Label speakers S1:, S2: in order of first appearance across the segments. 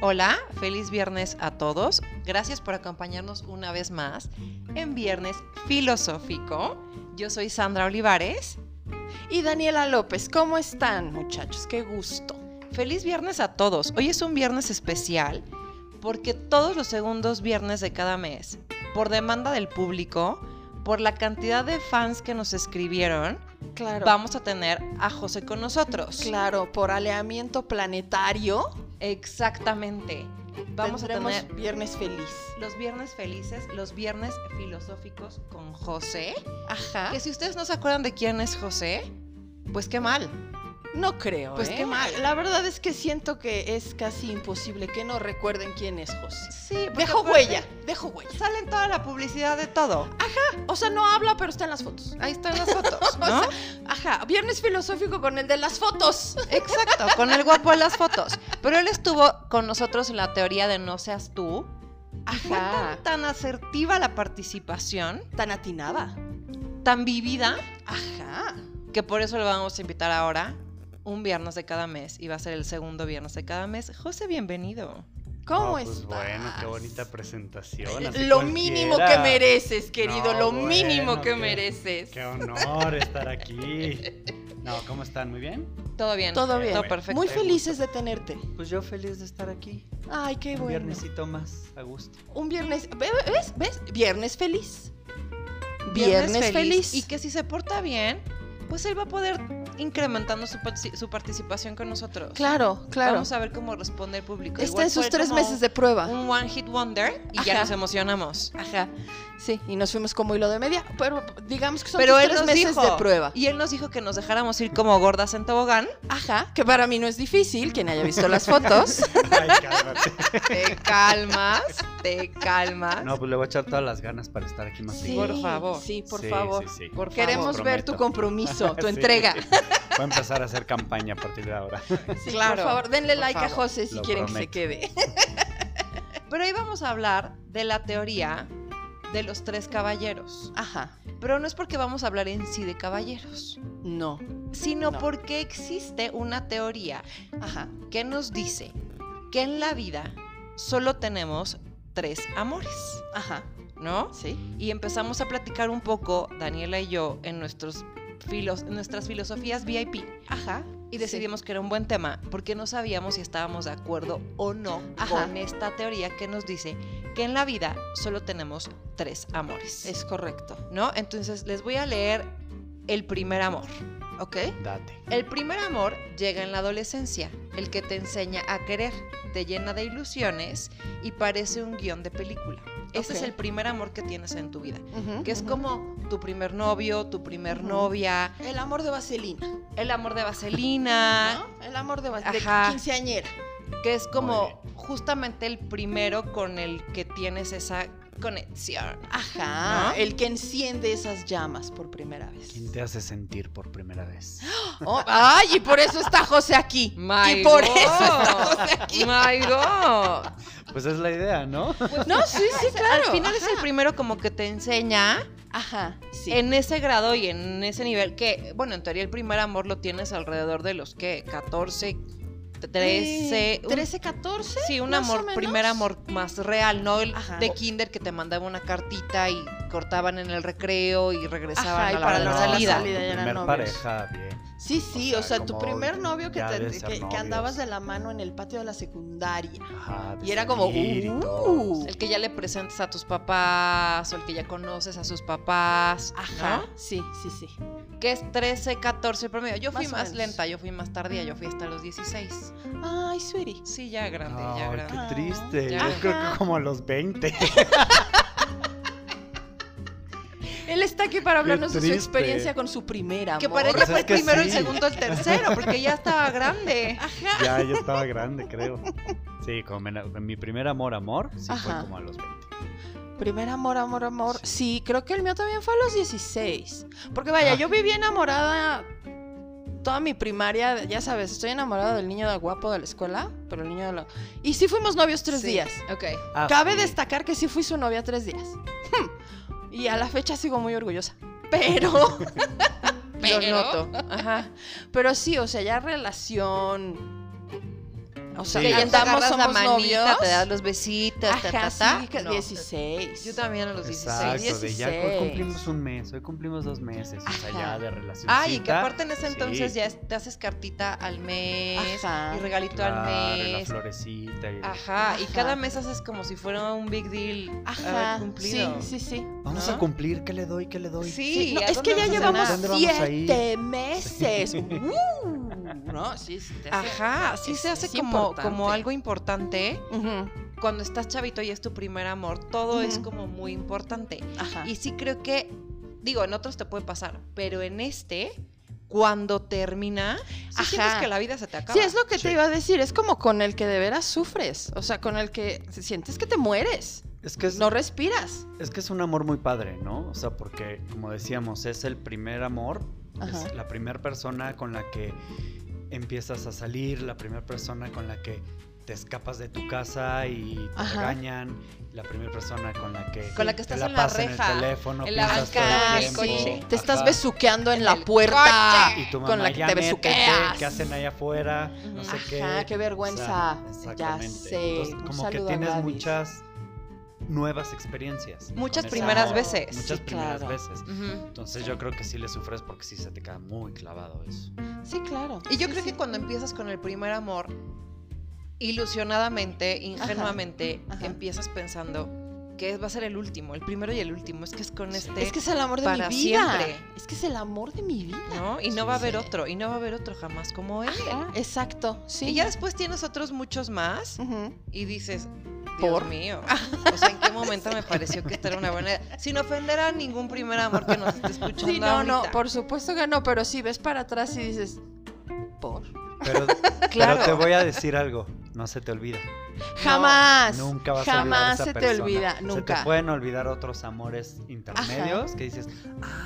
S1: Hola, feliz viernes a todos. Gracias por acompañarnos una vez más en Viernes Filosófico. Yo soy Sandra Olivares.
S2: Y Daniela López, ¿cómo están muchachos? Qué gusto.
S1: Feliz viernes a todos. Hoy es un viernes especial porque todos los segundos viernes de cada mes, por demanda del público, por la cantidad de fans que nos escribieron,
S2: Claro.
S1: vamos a tener a José con nosotros.
S2: Claro, por aleamiento planetario
S1: Exactamente. Vamos
S2: tendremos
S1: a tener
S2: viernes feliz.
S1: los viernes felices, los viernes filosóficos con José.
S2: Ajá.
S1: Que si ustedes no se acuerdan de quién es José, pues qué mal.
S2: No creo.
S1: Pues
S2: ¿eh?
S1: qué mal.
S2: La verdad es que siento que es casi imposible que no recuerden quién es José.
S1: Sí,
S2: Dejo huella, dejo huella.
S1: Sale en toda la publicidad de todo.
S2: O sea, no habla, pero está en las fotos.
S1: Ahí están las fotos, ¿no?
S2: Ajá, viernes filosófico con el de las fotos.
S1: Exacto, con el guapo de las fotos. Pero él estuvo con nosotros en la teoría de no seas tú. Fue tan, tan asertiva la participación,
S2: Tan atinada.
S1: tan vivida,
S2: Ajá.
S1: que por eso lo vamos a invitar ahora, un viernes de cada mes, y va a ser el segundo viernes de cada mes. José, bienvenido.
S2: ¿Cómo
S3: No, pues
S2: estás?
S3: Bueno, qué bonita presentación. así
S2: Lo mínimo que
S3: cualquiera.
S2: mereces, querido,
S3: No,
S2: lo mínimo
S3: bueno,
S2: que
S3: qué-
S2: mereces.
S3: Qué honor estar aquí. No, ¿cómo están? ¿Muy bien?
S1: Todo bien.
S2: Todo bien.
S1: Todo perfecto.
S2: Muy
S3: Me
S2: felices de tenerte.
S3: Pues yo feliz de estar aquí.
S2: Ay, qué bueno.
S3: Viernesito más a gusto.
S2: Un viernes. ve- ve- ¿Ves? ¿Ves? Viernes feliz.
S1: Viernes, feliz.
S2: feliz.
S1: Y que si se porta bien, pues él va a poder incrementando su, parti- su participación con nosotros.
S2: Claro, claro.
S1: Vamos a ver cómo responde el público.
S2: Está en sus tres meses de
S1: Un
S2: prueba.
S1: one hit wonder y ya
S2: Ajá.
S1: nos emocionamos.
S2: Ajá. Sí, y nos fuimos como hilo de media, pero digamos que son
S1: Pero
S2: tus
S1: él
S2: tres
S1: nos
S2: meses
S1: dijo.
S2: de prueba.
S1: Y él nos dijo que nos dejáramos ir como gordas en tobogán.
S2: Ajá, que para mí no es difícil, quien haya visto las fotos.
S3: Ay, cálmate.
S1: Te calmas, te calmas.
S3: No, pues le voy a echar todas las ganas para estar aquí más
S1: Sí,
S3: tiempo.
S1: por favor.
S2: Sí, por
S3: Sí,
S2: favor.
S3: sí, sí.
S1: Por
S2: Queremos
S1: favor.
S2: ver tu compromiso, tu
S3: Sí.
S2: entrega.
S3: Voy a empezar a hacer campaña a partir de ahora.
S2: Sí,
S1: Claro,
S2: Por favor, denle
S1: por
S2: like a
S1: favor.
S2: José si
S3: Lo
S2: quieren
S3: prometo.
S2: que se quede.
S1: Pero hoy vamos a hablar de la teoría de los tres caballeros.
S2: Ajá.
S1: Pero no es porque vamos a hablar en sí de caballeros,
S2: No.
S1: sino
S2: No.
S1: porque existe una teoría
S2: Ajá.
S1: que nos dice que en la vida solo tenemos tres amores,
S2: Ajá.
S1: ¿no?
S2: Sí.
S1: Y empezamos a platicar un poco, Daniela y yo, en nuestros filos- en nuestras filosofías VIP.
S2: Ajá.
S1: Y decidimos que era un buen tema porque no sabíamos si estábamos de acuerdo o no
S2: Ajá.
S1: con esta teoría que nos dice que en la vida solo tenemos tres amores.
S2: Es correcto.
S1: ¿No? Entonces les voy a leer el primer amor, ¿ok?
S3: Date.
S1: El primer amor llega en la adolescencia, el que te enseña a querer, te llena de ilusiones y parece un guión de película. Ese
S2: Ok.
S1: es el primer amor que tienes en tu vida,
S2: Ujú,
S1: que es
S2: ujú.
S1: como tu primer novio, tu primer
S2: Ujú.
S1: novia,
S2: el amor de vaselina,
S1: el amor de vaselina,
S2: ¿no? El amor de vaselina,
S1: Ajá.
S2: de quinceañera.
S1: que es como
S3: Muy
S1: justamente el primero con el que tienes esa conexión.
S2: Ajá.
S1: ¿No?
S2: El que enciende esas llamas por primera vez.
S3: ¿Quién te hace sentir por primera vez?
S2: Oh, ay, y por eso está José aquí.
S1: My
S2: y por
S1: God.
S2: eso está José aquí.
S1: My God.
S3: Pues es la idea, ¿no?
S2: No, sí, sí, claro.
S1: Al final es el primero como que te enseña
S2: Ajá. Sí.
S1: en ese grado y en ese nivel que, bueno, en teoría el primer amor lo tienes alrededor de los que 14, 13,
S2: Eh,
S1: un-
S2: 13, 14.
S1: Sí, un
S2: más o
S1: amor,
S2: menos.
S1: primer amor más real, no el
S2: Ajá.
S1: de kinder que te mandaba una cartita y cortaban en el recreo y regresaban
S2: Ajá, y
S1: a la,
S2: para
S1: hora de
S2: la
S1: la
S2: hora de
S1: salida.
S2: salida. ya
S3: Tu
S2: eran
S3: Ah, primer
S2: novios.
S3: pareja, bien.
S2: Sí, sí, o
S3: o
S2: sea,
S3: sea,
S2: tu
S3: como
S2: primer novio que,
S3: ya
S2: te-
S3: de
S2: que-
S3: ser
S2: que
S3: novios.
S2: andabas de la mano en el patio de la secundaria.
S3: Ajá, de
S2: Y era como,
S3: salir y
S2: uh,
S3: todo.
S1: El que ya le presentes a tus papás o el que ya conoces a sus papás.
S2: Ajá.
S1: Ajá.
S2: Sí, sí, sí.
S1: Que es 13, 14 promedio. Yo fui
S2: Más o
S1: más
S2: menos.
S1: lenta, yo fui más tardía, yo fui hasta los 16.
S2: Ay, sweetie.
S1: Sí, ya grande, ya
S3: Ay,
S1: grande.
S3: qué
S2: Ah,
S3: triste.
S1: ya.
S3: Yo creo que como a los 20.
S2: Él está aquí para hablarnos de su
S3: triste.
S2: experiencia con su primer amor.
S1: Que para
S3: Pues
S1: ella fue
S3: es
S1: el
S3: que
S1: primero, el
S3: sí.
S1: segundo, el tercero, porque ya estaba grande.
S2: Ah,
S3: Ya, yo estaba grande, creo. Sí, como me ena- mi primer amor, amor, sí
S2: Ajá.
S3: fue como a los 20.
S2: Primer amor, amor, amor. Sí, creo que el mío también fue a los 16. Porque vaya,
S3: Ah.
S2: yo viví enamorada toda mi primaria, ya sabes, estoy enamorada del niño de guapo de la escuela, pero el niño de la... Y sí fuimos novios tres
S1: Sí,
S2: días.
S1: Ok.
S3: Ah,
S2: Cabe
S3: sí.
S2: destacar que sí fui su novia tres días. Hmm. Y a la fecha sigo muy orgullosa. Pero...
S1: Pero-
S2: Lo noto. Ajá. Pero sí, o sea, ya relación... O sea,
S3: Sí.
S1: Que ya te
S2: andamos,
S1: agarras la
S2: somos
S1: manita,
S2: novios.
S1: te das los besitos, ta,
S2: Ajá,
S1: ta, ta.
S2: sí, que
S1: No.
S2: 16.
S1: Yo también a los 16.
S3: Exacto, de ya hoy
S2: 16.
S3: cumplimos un mes, hoy cumplimos dos meses, o sea,
S2: Ajá.
S3: ya de relación.
S1: Ay, que aparte en ese entonces ya es- te haces cartita al mes
S2: Ajá.
S1: y regalito al
S3: Claro, y la
S1: mes.
S3: florecita y-
S1: Ajá, y
S2: Ajá.
S1: cada mes haces como si fuera un big deal eh,
S2: Ajá.
S1: haber cumplido.
S2: Sí, sí, sí.
S3: Vamos
S1: ¿no?
S3: a cumplir, ¿qué le doy? ¿Qué le doy?
S1: Sí,
S2: No,
S1: ¿a
S2: es
S1: dónde
S2: que ya
S1: vamos a
S2: llevamos
S1: cenar?
S3: ¿Dónde vamos a ir?
S2: siete meses. Uh, no, sí, sí. te hace-
S1: Ajá, sí
S2: es-
S1: se hace
S2: es
S1: como,
S2: importante.
S1: como algo importante.
S2: Ujú,
S1: Cuando estás chavito y es tu primer amor, todo es
S2: Ujú. Ah.
S1: como muy importante.
S2: Ajá.
S1: Y sí creo que, digo, en otros te puede pasar, pero en este, cuando termina, sí
S2: Ajá.
S1: sientes que la vida se te acaba.
S2: Sí, es lo que
S3: Sí.
S2: te iba a decir. Es como con el que de veras sufres. O sea, con el que sientes que te mueres.
S3: Es que es,
S2: No respiras.
S3: es que es un amor muy padre, ¿no? O sea, porque, como decíamos, es el primer amor,
S2: Ajá.
S3: es la primera persona con la que empiezas a salir, la primera persona con la que te escapas de tu casa y te
S2: Ajá.
S3: regañan, la primera persona con la que
S1: Con la que
S3: te
S1: estás
S3: la
S1: en la
S3: pasa
S1: reja,
S3: en el teléfono,
S1: en la
S3: piensas todo
S1: banca,
S3: el
S1: en el
S3: tiempo.
S1: coche.
S2: Te estás
S3: Ajá.
S2: besuqueando en, la
S1: el
S2: puerta
S1: coche.
S3: y tu mamá
S2: con la que
S3: ya
S2: te
S3: métete,
S2: besuqueas.
S3: ¿Qué hacen ahí afuera? No
S1: Ujú.
S3: sé qué.
S2: Ajá, qué vergüenza.
S3: O sea,
S2: ya
S3: exactamente.
S2: sé.
S3: Entonces,
S2: Un
S3: como que
S2: saludo a
S3: tienes
S2: Gladys.
S3: muchas nuevas experiencias.
S1: Muchas
S3: con ese
S1: primeras
S3: amor,
S1: veces.
S3: Muchas
S2: Sí,
S3: primeras
S2: claro. Mm.
S3: veces.
S1: Ujú.
S3: Entonces yo creo que sí le sufres porque sí se te queda muy clavado eso.
S2: Sí, claro.
S1: Y yo
S2: Sí,
S1: creo
S2: sí.
S1: que cuando empiezas con el primer amor, ilusionadamente, ingenuamente,
S2: ajá.
S1: empiezas pensando que va a ser el último, el primero y el último, es que es con
S3: Sí.
S1: este,
S2: Es que es el amor de
S1: Para
S2: mi vida.
S1: siempre.
S2: Es que es el amor de mi vida.
S1: ¿no? Y no
S3: Sí.
S1: va a haber otro, y no va a haber otro jamás como él.
S2: Ajá, exacto. Sí.
S1: Y ya después tienes otros muchos más
S2: Ujú.
S1: y dices, Dios
S2: ¿Por?
S1: mío, o sea, ¿en qué momento me pareció que esta era una buena idea? Sin ofender a ningún primer amor que nos esté escuchando
S2: Sí, no, no,
S1: ahorita.
S2: por supuesto que no, pero si ves para atrás y dices, por.
S3: Pero,
S1: Claro.
S3: pero te voy a decir algo, no se te olvida.
S2: Jamás.
S3: Nunca vas a olvidar a
S2: Jamás
S3: esa
S2: se te
S3: persona.
S2: olvida,
S3: Se
S2: nunca.
S3: te pueden olvidar otros amores intermedios que dices,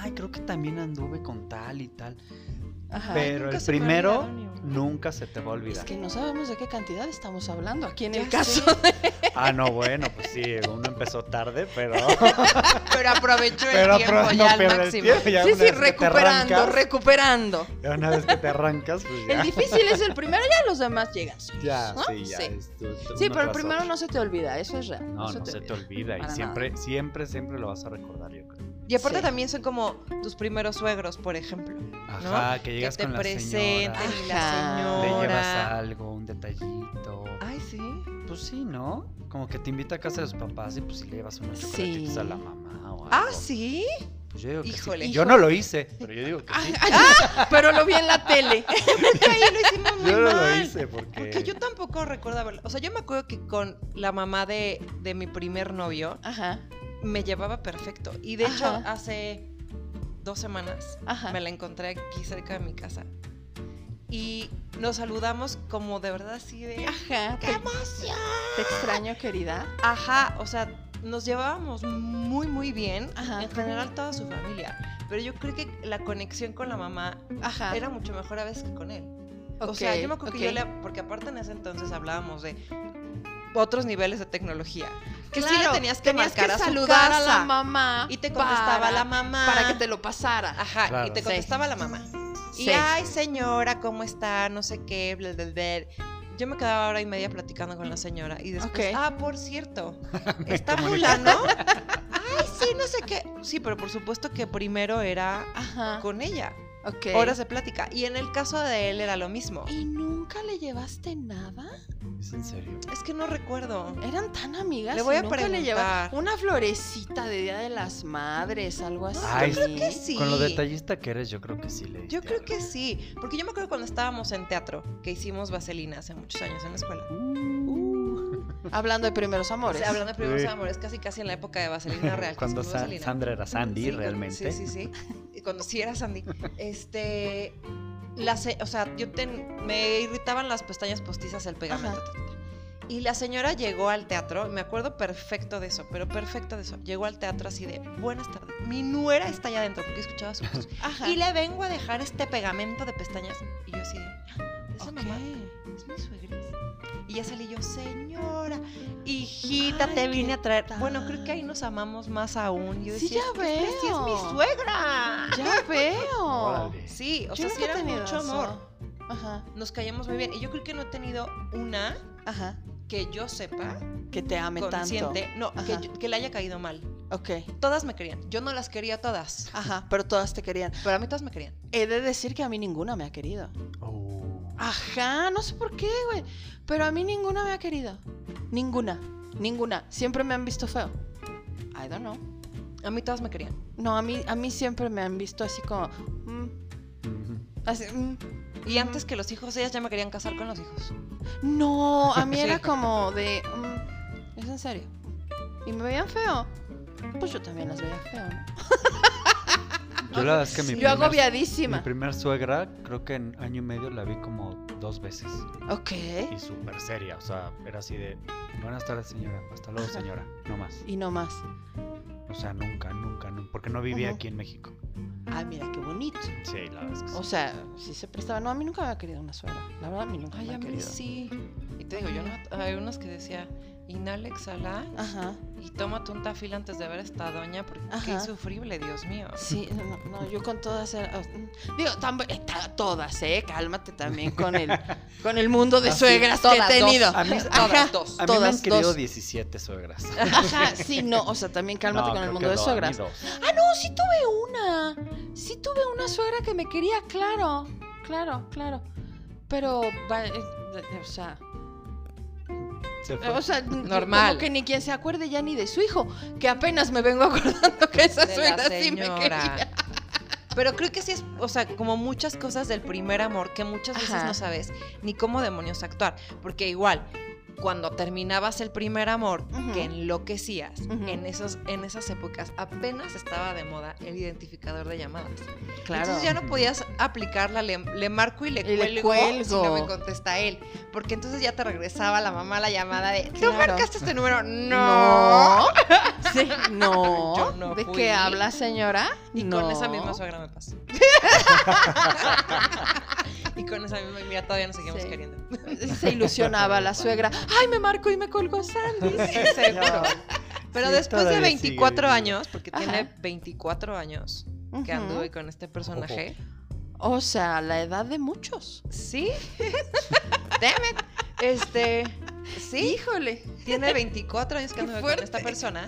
S3: ay, creo que también anduve con tal y tal.
S2: Ajá.
S3: Pero
S1: Nunca
S3: el
S1: se me
S3: primero
S1: olvidaron, ni-
S3: nunca se te va a
S2: Es
S3: olvidar.
S2: que no sabemos de qué cantidad estamos hablando aquí en
S1: Ya
S2: el caso.
S1: sé,
S3: Ah, no, bueno, pues sí, uno empezó tarde, pero...
S1: pero aprovechó el
S3: Pero
S1: tiempo
S3: pronto
S1: ya al
S3: pierde el
S1: máximo.
S3: tiempo, ya
S2: Sí,
S3: una
S2: sí,
S3: vez que te
S2: recuperando,
S3: arrancas,
S2: recuperando.
S3: ya una vez que te arrancas, pues
S2: El
S3: ya.
S2: difícil es el primero, ya los demás llegan. solos,
S3: Ya,
S2: ¿no?
S3: sí, ya.
S2: Sí.
S3: es tu- tu-
S2: Sí,
S3: uno
S2: pero el
S3: tras
S2: primero
S3: otro.
S2: no se te olvida, eso es real.
S3: No, no, se te olvida.
S2: Para
S3: Y
S2: nada.
S3: siempre, siempre, siempre lo vas a recordar, yo creo.
S1: Y aparte
S2: Sí.
S1: también son como tus primeros suegros, por ejemplo.
S3: Ajá, que llegas
S1: que te
S3: con la señora,
S1: presenten y
S2: Ajá.
S1: la
S3: le llevas
S1: señora.
S3: algo, un detallito.
S1: Ay, sí.
S3: Pues sí, ¿no? Como que te invita a casa de sus papás y pues si le llevas unos
S2: Sí.
S3: chocolatitos a la mamá o algo.
S1: Ah, sí.
S3: Pues yo digo que sí.
S1: Híjole.
S3: Yo no lo hice, pero yo digo que sí.
S2: Pero lo vi en la tele.
S1: Ay, lo hicimos muy
S3: Yo no lo
S1: mal.
S3: hice porque...
S1: Porque yo tampoco recordaba. O sea, yo me acuerdo que con la mamá de, de mi primer novio
S2: Ajá,
S1: me llevaba perfecto. Y de hecho,
S2: Ajá. Ah.
S1: hace dos semanas
S2: ajá.
S1: me la encontré aquí cerca de mi casa. Y nos saludamos como de verdad así de.
S2: Ajá.
S1: ¡Qué
S2: Te,
S1: emoción!
S2: te extraño, querida.
S1: Ajá, o sea, nos llevábamos muy, muy bien.
S2: Ajá.
S1: En general, toda su familia. Pero yo creo que la conexión con la mamá
S2: Ajá.
S1: era mucho mejor a veces que con él. O sea, yo me acuerdo que yo le. Porque aparte en ese entonces hablábamos de otros niveles de tecnología. Que sí le tenías que marcar a su
S2: saludar a la
S1: casa,
S2: mamá
S1: Y te contestaba
S2: para-
S1: la mamá.
S2: para que te lo pasara.
S1: Ajá, y
S3: Claro.
S1: te
S2: Sí.
S1: contestaba la mamá.
S2: Sí.
S1: Y ay, señora, ¿cómo está? No sé qué, bla, bla, bla. Yo me quedaba hora y media platicando con la señora y después,
S2: Ok.
S1: ah, por cierto, está fulano. Ay, sí, no sé qué. Sí, pero por supuesto que primero era
S2: Ajá.
S1: con ella.
S2: Ah. Ok.
S1: Horas de plática. Y en el caso de él era lo mismo.
S2: ¿Y nunca le llevaste nada?
S3: ¿Es en serio?
S1: Es que no recuerdo.
S2: Eran tan amigas.
S1: Le voy
S2: y
S1: a
S2: nunca le
S1: preguntar.
S2: llevaste una florecita de Día de las Madres, algo así.
S3: Ay,
S1: yo creo que sí.
S3: Con lo detallista que eres, yo creo que sí le
S1: Yo
S3: diste
S1: creo
S3: algo.
S1: que sí. Porque yo me acuerdo cuando estábamos en teatro, que hicimos vaselina hace muchos años en la escuela.
S3: Uh.
S2: Hablando de primeros
S1: O
S2: amores.
S1: sea, hablando de primeros
S3: Sí.
S1: amores, casi casi en la época de vaselina real. que
S3: Cuando
S1: hicimos
S3: Sa-
S1: vaselina.
S3: Sandra era Sandy,
S1: Sí, cu-
S3: realmente.
S1: Sí, sí, sí. Y Cuando sí era Sandy. Este. La se- o sea, yo ten- me irritaban las pestañas postizas, el pegamento. ta, ta, ta. Y la señora llegó al teatro, me acuerdo perfecto de eso, pero perfecto de eso. Llegó al teatro así de, buenas tardes, mi nuera está allá adentro porque escuchaba su voz.
S2: Ajá.
S1: y le vengo a dejar este pegamento de pestañas. Y yo así de, "Ah, esa
S2: Ok.
S1: mamá es mi suegra. Y ya salí yo, señora, hijita,
S2: Ay,
S1: te vine
S2: ¿qué
S1: a traer.
S2: tal?
S1: Bueno, creo que ahí nos amamos más aún. Yo
S2: Sí,
S1: decía,
S2: ya
S1: "Es que esta sí es mi
S2: veo.
S1: suegra.
S2: Ya veo.
S3: Órale.
S1: Sí, o
S2: Yo
S1: sea, sí
S2: nunca he
S1: era
S2: tenido
S1: mucho
S2: eso.
S1: amor.
S2: Ajá.
S1: Nos callamos muy bien. Y yo creo que no he tenido una
S2: Ajá.
S1: que yo sepa,
S2: Que te ame
S1: consciente, no, que,
S2: Ajá.
S1: yo- que le haya caído mal.
S2: tanto. Ok.
S1: Todas me querían. Yo no las quería todas.
S2: Ajá, pero todas te querían.
S1: Pero a mí todas me querían.
S2: He de decir que a mí ninguna me ha querido.
S3: Oh.
S2: Ajá, no sé por qué, güey. Pero a mí ninguna me ha querido. Ninguna. Ninguna. Siempre me han visto feo. I don't know.
S1: A mí todas me querían.
S2: No, a mí, a mí siempre me han visto así como. mm, así, mm.
S1: Y antes que los hijos, ellas ya me querían casar con los hijos.
S2: No, a mí
S1: Sí.
S2: era como de. mm, es en serio. Y me veían feo. Pues yo también las veía feo, ¿no?
S3: Yo la verdad es que mi
S1: Sí.
S2: Yo
S1: Yo
S3: primer-
S2: agobiadísima.
S3: Mi primer suegra, creo que en año y medio la vi como dos veces.
S2: Ok.
S3: Y súper seria. O sea, era así de. Buenas tardes, señora. Hasta luego,
S2: Ajá.
S3: señora. No más.
S2: Y no más.
S3: O sea, nunca, nunca, nunca. Porque no vivía
S2: Ajá.
S3: aquí en México.
S2: Ah, mira, qué bonito.
S3: Sí, la verdad es que sí.
S2: O sea, sí se prestaba. No, a mí nunca me ha querido una suegra. La verdad, a mí nunca
S1: Ay,
S2: me
S1: a
S2: ha
S1: mí
S2: querido.
S1: sí. Y te digo, yo no. Hay unos que decía, inhala, exhala
S2: Ajá.
S1: y tómate un tafil antes de ver a esta doña, porque
S2: Ajá.
S1: qué insufrible, Dios mío.
S2: Sí, no, no, yo con todas. era- mm, Digo, tambo- eh, ta- todas, ¿eh? Cálmate también con el, con el mundo de
S3: Así,
S2: suegras que he
S1: todas,
S2: tenido.
S1: dos.
S3: A mí-
S2: Ajá,
S1: Todas, dos.
S3: A mí me han
S2: todas,
S3: querido
S2: dos.
S3: 17 suegras.
S2: Ajá, sí, no, o sea, también cálmate
S3: No,
S2: con el
S3: creo
S2: mundo
S3: que
S2: de
S3: dos,
S2: suegras.
S3: ni dos.
S2: Ah, no, sí tuve una. Sí tuve una suegra que me quería, claro. Claro, claro. Pero, va- eh, eh, o sea,
S3: Se fue.
S2: o sea, n-
S1: Normal.
S2: como que ni quien se acuerde ya ni de su hijo, que apenas me vengo acordando que esa
S1: De la
S2: suegra sí me
S1: señora.
S2: quería.
S1: Pero creo que sí es, o sea, como muchas cosas del primer amor que muchas veces
S2: Ajá.
S1: no sabes ni cómo demonios actuar. Porque igual, cuando terminabas el primer amor,
S2: Ujú.
S1: que enloquecías,
S2: Ujú.
S1: en, esos, en esas épocas apenas estaba de moda el identificador de llamadas. Entonces ya no podías aplicarla, le, le marco y le,
S2: Y le
S1: cuelgo, si
S2: cuelgo.
S1: no me contesta él. Porque entonces ya te regresaba la mamá la llamada de, ¿tú
S2: Claro.
S1: marcaste este número? No.
S2: No. Sí, no.
S1: Yo no
S2: ¿De
S1: fui.
S2: qué habla, señora?
S1: Y
S2: No.
S1: con esa misma suegra me pasó. y con esa misma, mira, todavía nos seguimos
S2: Sí.
S1: queriendo.
S2: Se ilusionaba la suegra. Ay, me marcó y me colgó Sandy.
S1: Seguro. Pero
S3: Sí,
S1: después de
S3: todavía sigue
S1: 24
S3: vivo.
S1: años, porque
S2: Ajá.
S1: tiene 24 años que
S2: Ujú.
S1: anduve con este personaje.
S2: O sea, la edad de muchos.
S1: Sí. Damn it. Este, sí,
S2: Híjole.
S1: tiene 24 años que
S2: Qué
S1: anduve con
S2: fuerte.
S1: esta persona.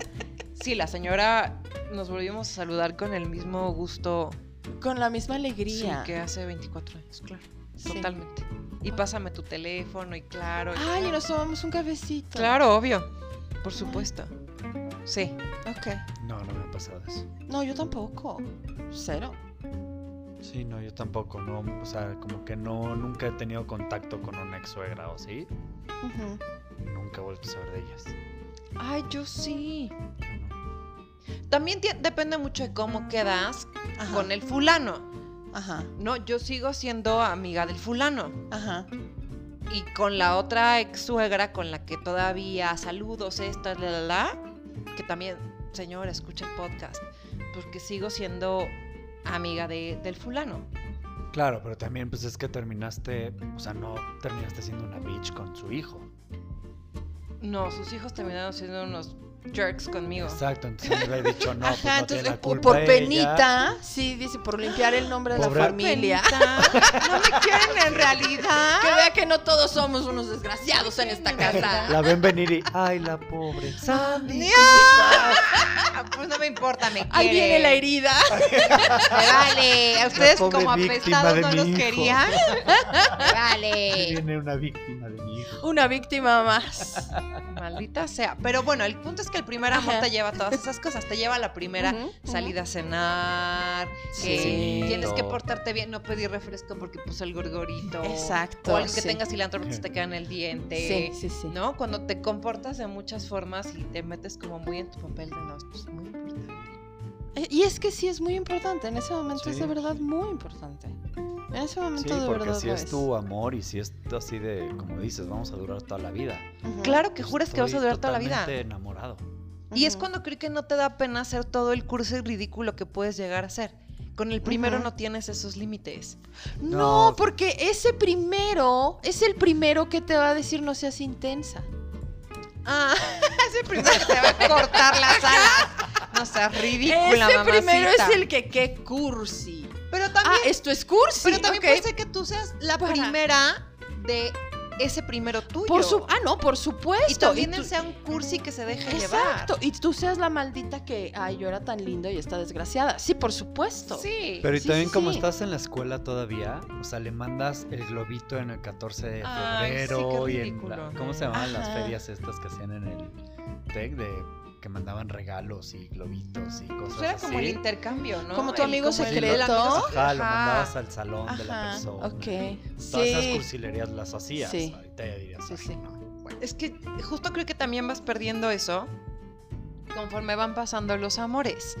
S1: Sí, la señora nos volvimos a saludar con el mismo gusto
S2: Con la misma
S1: sí,
S2: alegría.
S1: que hace 24 años, claro.
S2: Sí.
S1: Totalmente. Y pásame tu teléfono y claro. y
S2: Ay, y
S1: claro.
S2: nos tomamos un cafecito.
S1: Claro, obvio. Por supuesto. Sí.
S2: Ok.
S3: No, no me ha pasado eso.
S2: No, yo tampoco. Cero.
S3: Sí, no, yo tampoco. No, o sea, como que no, nunca he tenido contacto con una ex suegra o sí.
S2: Ujú.
S3: Nunca he vuelto a saber de ellas.
S1: Ay, yo sí. También tie- depende mucho de cómo quedas
S2: Ajá.
S1: con el fulano.
S2: Ajá.
S1: No, yo sigo siendo amiga del fulano.
S2: Ajá.
S1: Y con la otra ex suegra con la que todavía saludos, esta, la, la, la, que también, señor, escucha el podcast. Porque sigo siendo amiga de- del fulano.
S3: Claro, pero también pues es que terminaste, o sea, no terminaste siendo una bitch con su hijo.
S1: No, sus hijos terminaron siendo unos jerks conmigo.
S3: Exacto, entonces me hubiera dicho no, pues
S2: Ajá,
S3: no
S2: entonces
S3: tiene la
S2: por,
S3: culpa
S2: por
S3: ella.
S2: penita, sí, dice, por limpiar el nombre de
S3: Pobre-
S2: la familia.
S1: No me quieren en realidad.
S2: Que vea que no todos somos unos desgraciados en esta casa.
S3: La ven venir y ay, la pobre. Sandy.
S1: Ah, Pues no me importa, me quieren.
S2: Ahí viene la herida.
S1: Me vale. A ustedes
S3: pobre
S1: como
S3: víctima
S1: apestados
S3: de
S1: no
S3: mi
S1: los
S3: hijo.
S1: querían. Me
S3: Aquí
S1: vale.
S3: Viene una víctima de mi hijo.
S2: Una víctima más.
S1: Maldita sea. Pero bueno, el punto es que el primer amor
S2: Ajá.
S1: te lleva a todas esas cosas. Te lleva a la primera
S2: Ujú, ujú.
S1: salida a cenar.
S2: Sí.
S1: eh, tienes que
S3: Todo.
S1: portarte bien, no pedir refresco porque puso el gorgorito.
S2: Exacto,
S1: O algo que
S2: sí.
S1: tenga cilantro porque se te queda en el diente.
S2: Sí, sí, sí.
S1: ¿No? Cuando te comportas de muchas formas y te metes como muy en tu papel de los. Pues muy importante.
S2: Eh, Y es que sí es muy importante, en ese momento es de
S3: Sí.
S2: verdad muy importante. En ese
S3: Sí,
S2: momento de
S3: porque
S2: verdad
S3: si
S2: lo
S3: es tu amor y si es así de, como dices, vamos a durar toda la vida.
S2: Ujú,
S1: Claro que
S3: Pues
S1: juras que vas a
S3: estoy
S1: durar toda la vida.
S3: totalmente enamorado.
S1: Y es
S2: ujú.
S1: cuando creo que no te da pena hacer todo el curso y ridículo que puedes llegar a ser. Con el primero
S2: Ujú.
S1: no tienes esos límites.
S2: No,
S3: No.
S2: porque ese primero es el primero que te va a decir no seas intensa.
S1: Ah, ese primero que te va a cortar las alas. No seas ridícula,
S2: ese
S1: mamacita.
S2: primero es el que qué cursi.
S1: Pero Pero también,
S2: ah, esto es cursi.
S1: pero también
S2: ok.
S1: puede ser que tú seas la
S2: Para.
S1: primera de ese primero tuyo.
S2: Por su, ah, no, por supuesto.
S1: y también
S2: Y
S1: él
S2: tú-
S1: sea un cursi que se deje
S2: Exacto. Y tú seas la maldita que, ay, yo era tan lindo y está desgraciada. Sí, por supuesto.
S1: llevar. Sí.
S3: Pero y
S2: Sí,
S3: también
S2: sí,
S3: como
S2: sí.
S3: estás en la escuela todavía, o sea, le mandas el globito en el 14
S1: Ay,
S3: de
S1: sí, qué
S3: febrero y en la-
S1: ridículo.
S3: ¿cómo se llamaban las
S2: Ajá.
S3: ferias estas que hacían en el Tec de que mandaban regalos y globitos y cosas
S1: Pues era
S3: así?
S1: como el intercambio, ¿no?
S2: Como tu
S1: El-
S2: amigo
S1: como el-
S2: secreto.
S1: el amigo secreto.
S3: Ajá, lo
S1: Ajá.
S3: mandabas al salón de la
S2: Ajá.
S3: persona.
S2: Ok.
S3: Todas esas
S2: Sí.
S3: cursilerías las hacías.
S2: Sí.
S3: Ahorita ya dirías,
S2: Sí,
S3: "Ay,
S2: sí.
S3: no".
S1: Es que justo creo que también vas perdiendo eso conforme van pasando los amores.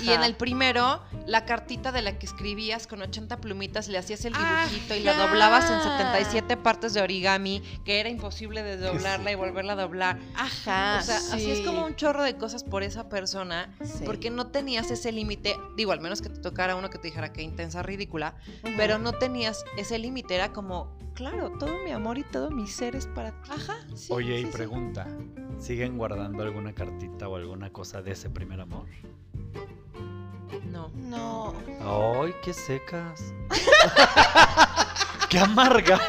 S1: Y en
S2: Ajá.
S1: el primero, la cartita de la que escribías con 80 plumitas, le hacías el dibujito y la
S2: Ajá.
S1: doblabas en 77 partes de origami, que era imposible desdoblarla y volverla a doblar.
S2: Ajá.
S1: o sea, así es
S2: sí.
S1: como un chorro de cosas por esa persona,
S2: Sí.
S1: porque no tenías ese límite, digo, al menos que te tocara uno que te dijera que intensa, ridícula,
S2: Ujú.
S1: pero no tenías ese límite, era como, claro, todo mi amor y todo mi ser es para ti.
S2: Ajá. sí,
S3: Oye,
S2: sí,
S3: y
S2: sí.
S3: pregunta, ¿siguen guardando alguna cartita o alguna cosa de ese primer amor?
S1: No.
S2: No.
S3: ¡Ay, qué secas! ¡Qué amarga!